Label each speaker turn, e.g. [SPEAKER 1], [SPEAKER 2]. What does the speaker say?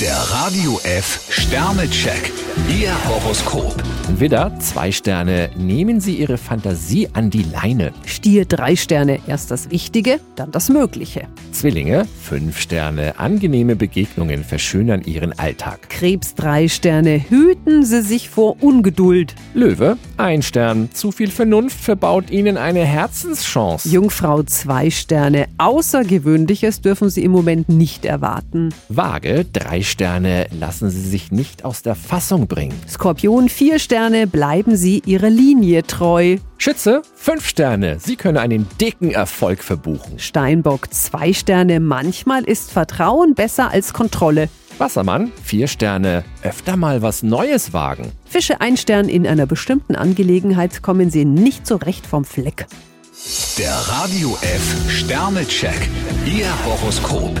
[SPEAKER 1] Der Radio F Sternecheck. Ihr Horoskop.
[SPEAKER 2] Widder, zwei Sterne. Nehmen Sie Ihre Fantasie an die Leine.
[SPEAKER 3] Stier drei Sterne, erst das Wichtige, dann das Mögliche.
[SPEAKER 2] Zwillinge, fünf Sterne. Angenehme Begegnungen verschönern Ihren Alltag.
[SPEAKER 3] Krebs drei Sterne, hüten Sie sich vor Ungeduld.
[SPEAKER 2] Löwe, ein Stern. Zu viel Vernunft verbaut Ihnen eine Herzenschance.
[SPEAKER 3] Jungfrau zwei Sterne, Außergewöhnliches dürfen Sie im Moment nicht erwarten.
[SPEAKER 2] Waage, drei Sterne. Lassen Sie sich nicht aus der Fassung bringen.
[SPEAKER 3] Skorpion vier Sterne, bleiben Sie Ihrer Linie treu.
[SPEAKER 2] Schütze, fünf Sterne. Sie können einen dicken Erfolg verbuchen.
[SPEAKER 3] Steinbock zwei Sterne, manchmal ist Vertrauen besser als Kontrolle.
[SPEAKER 2] Wassermann, vier Sterne. Öfter mal was Neues wagen.
[SPEAKER 3] Fische ein Stern, in einer bestimmten Angelegenheit kommen Sie nicht so recht vom Fleck.
[SPEAKER 1] Der Radio F Sternecheck. Ihr Horoskop.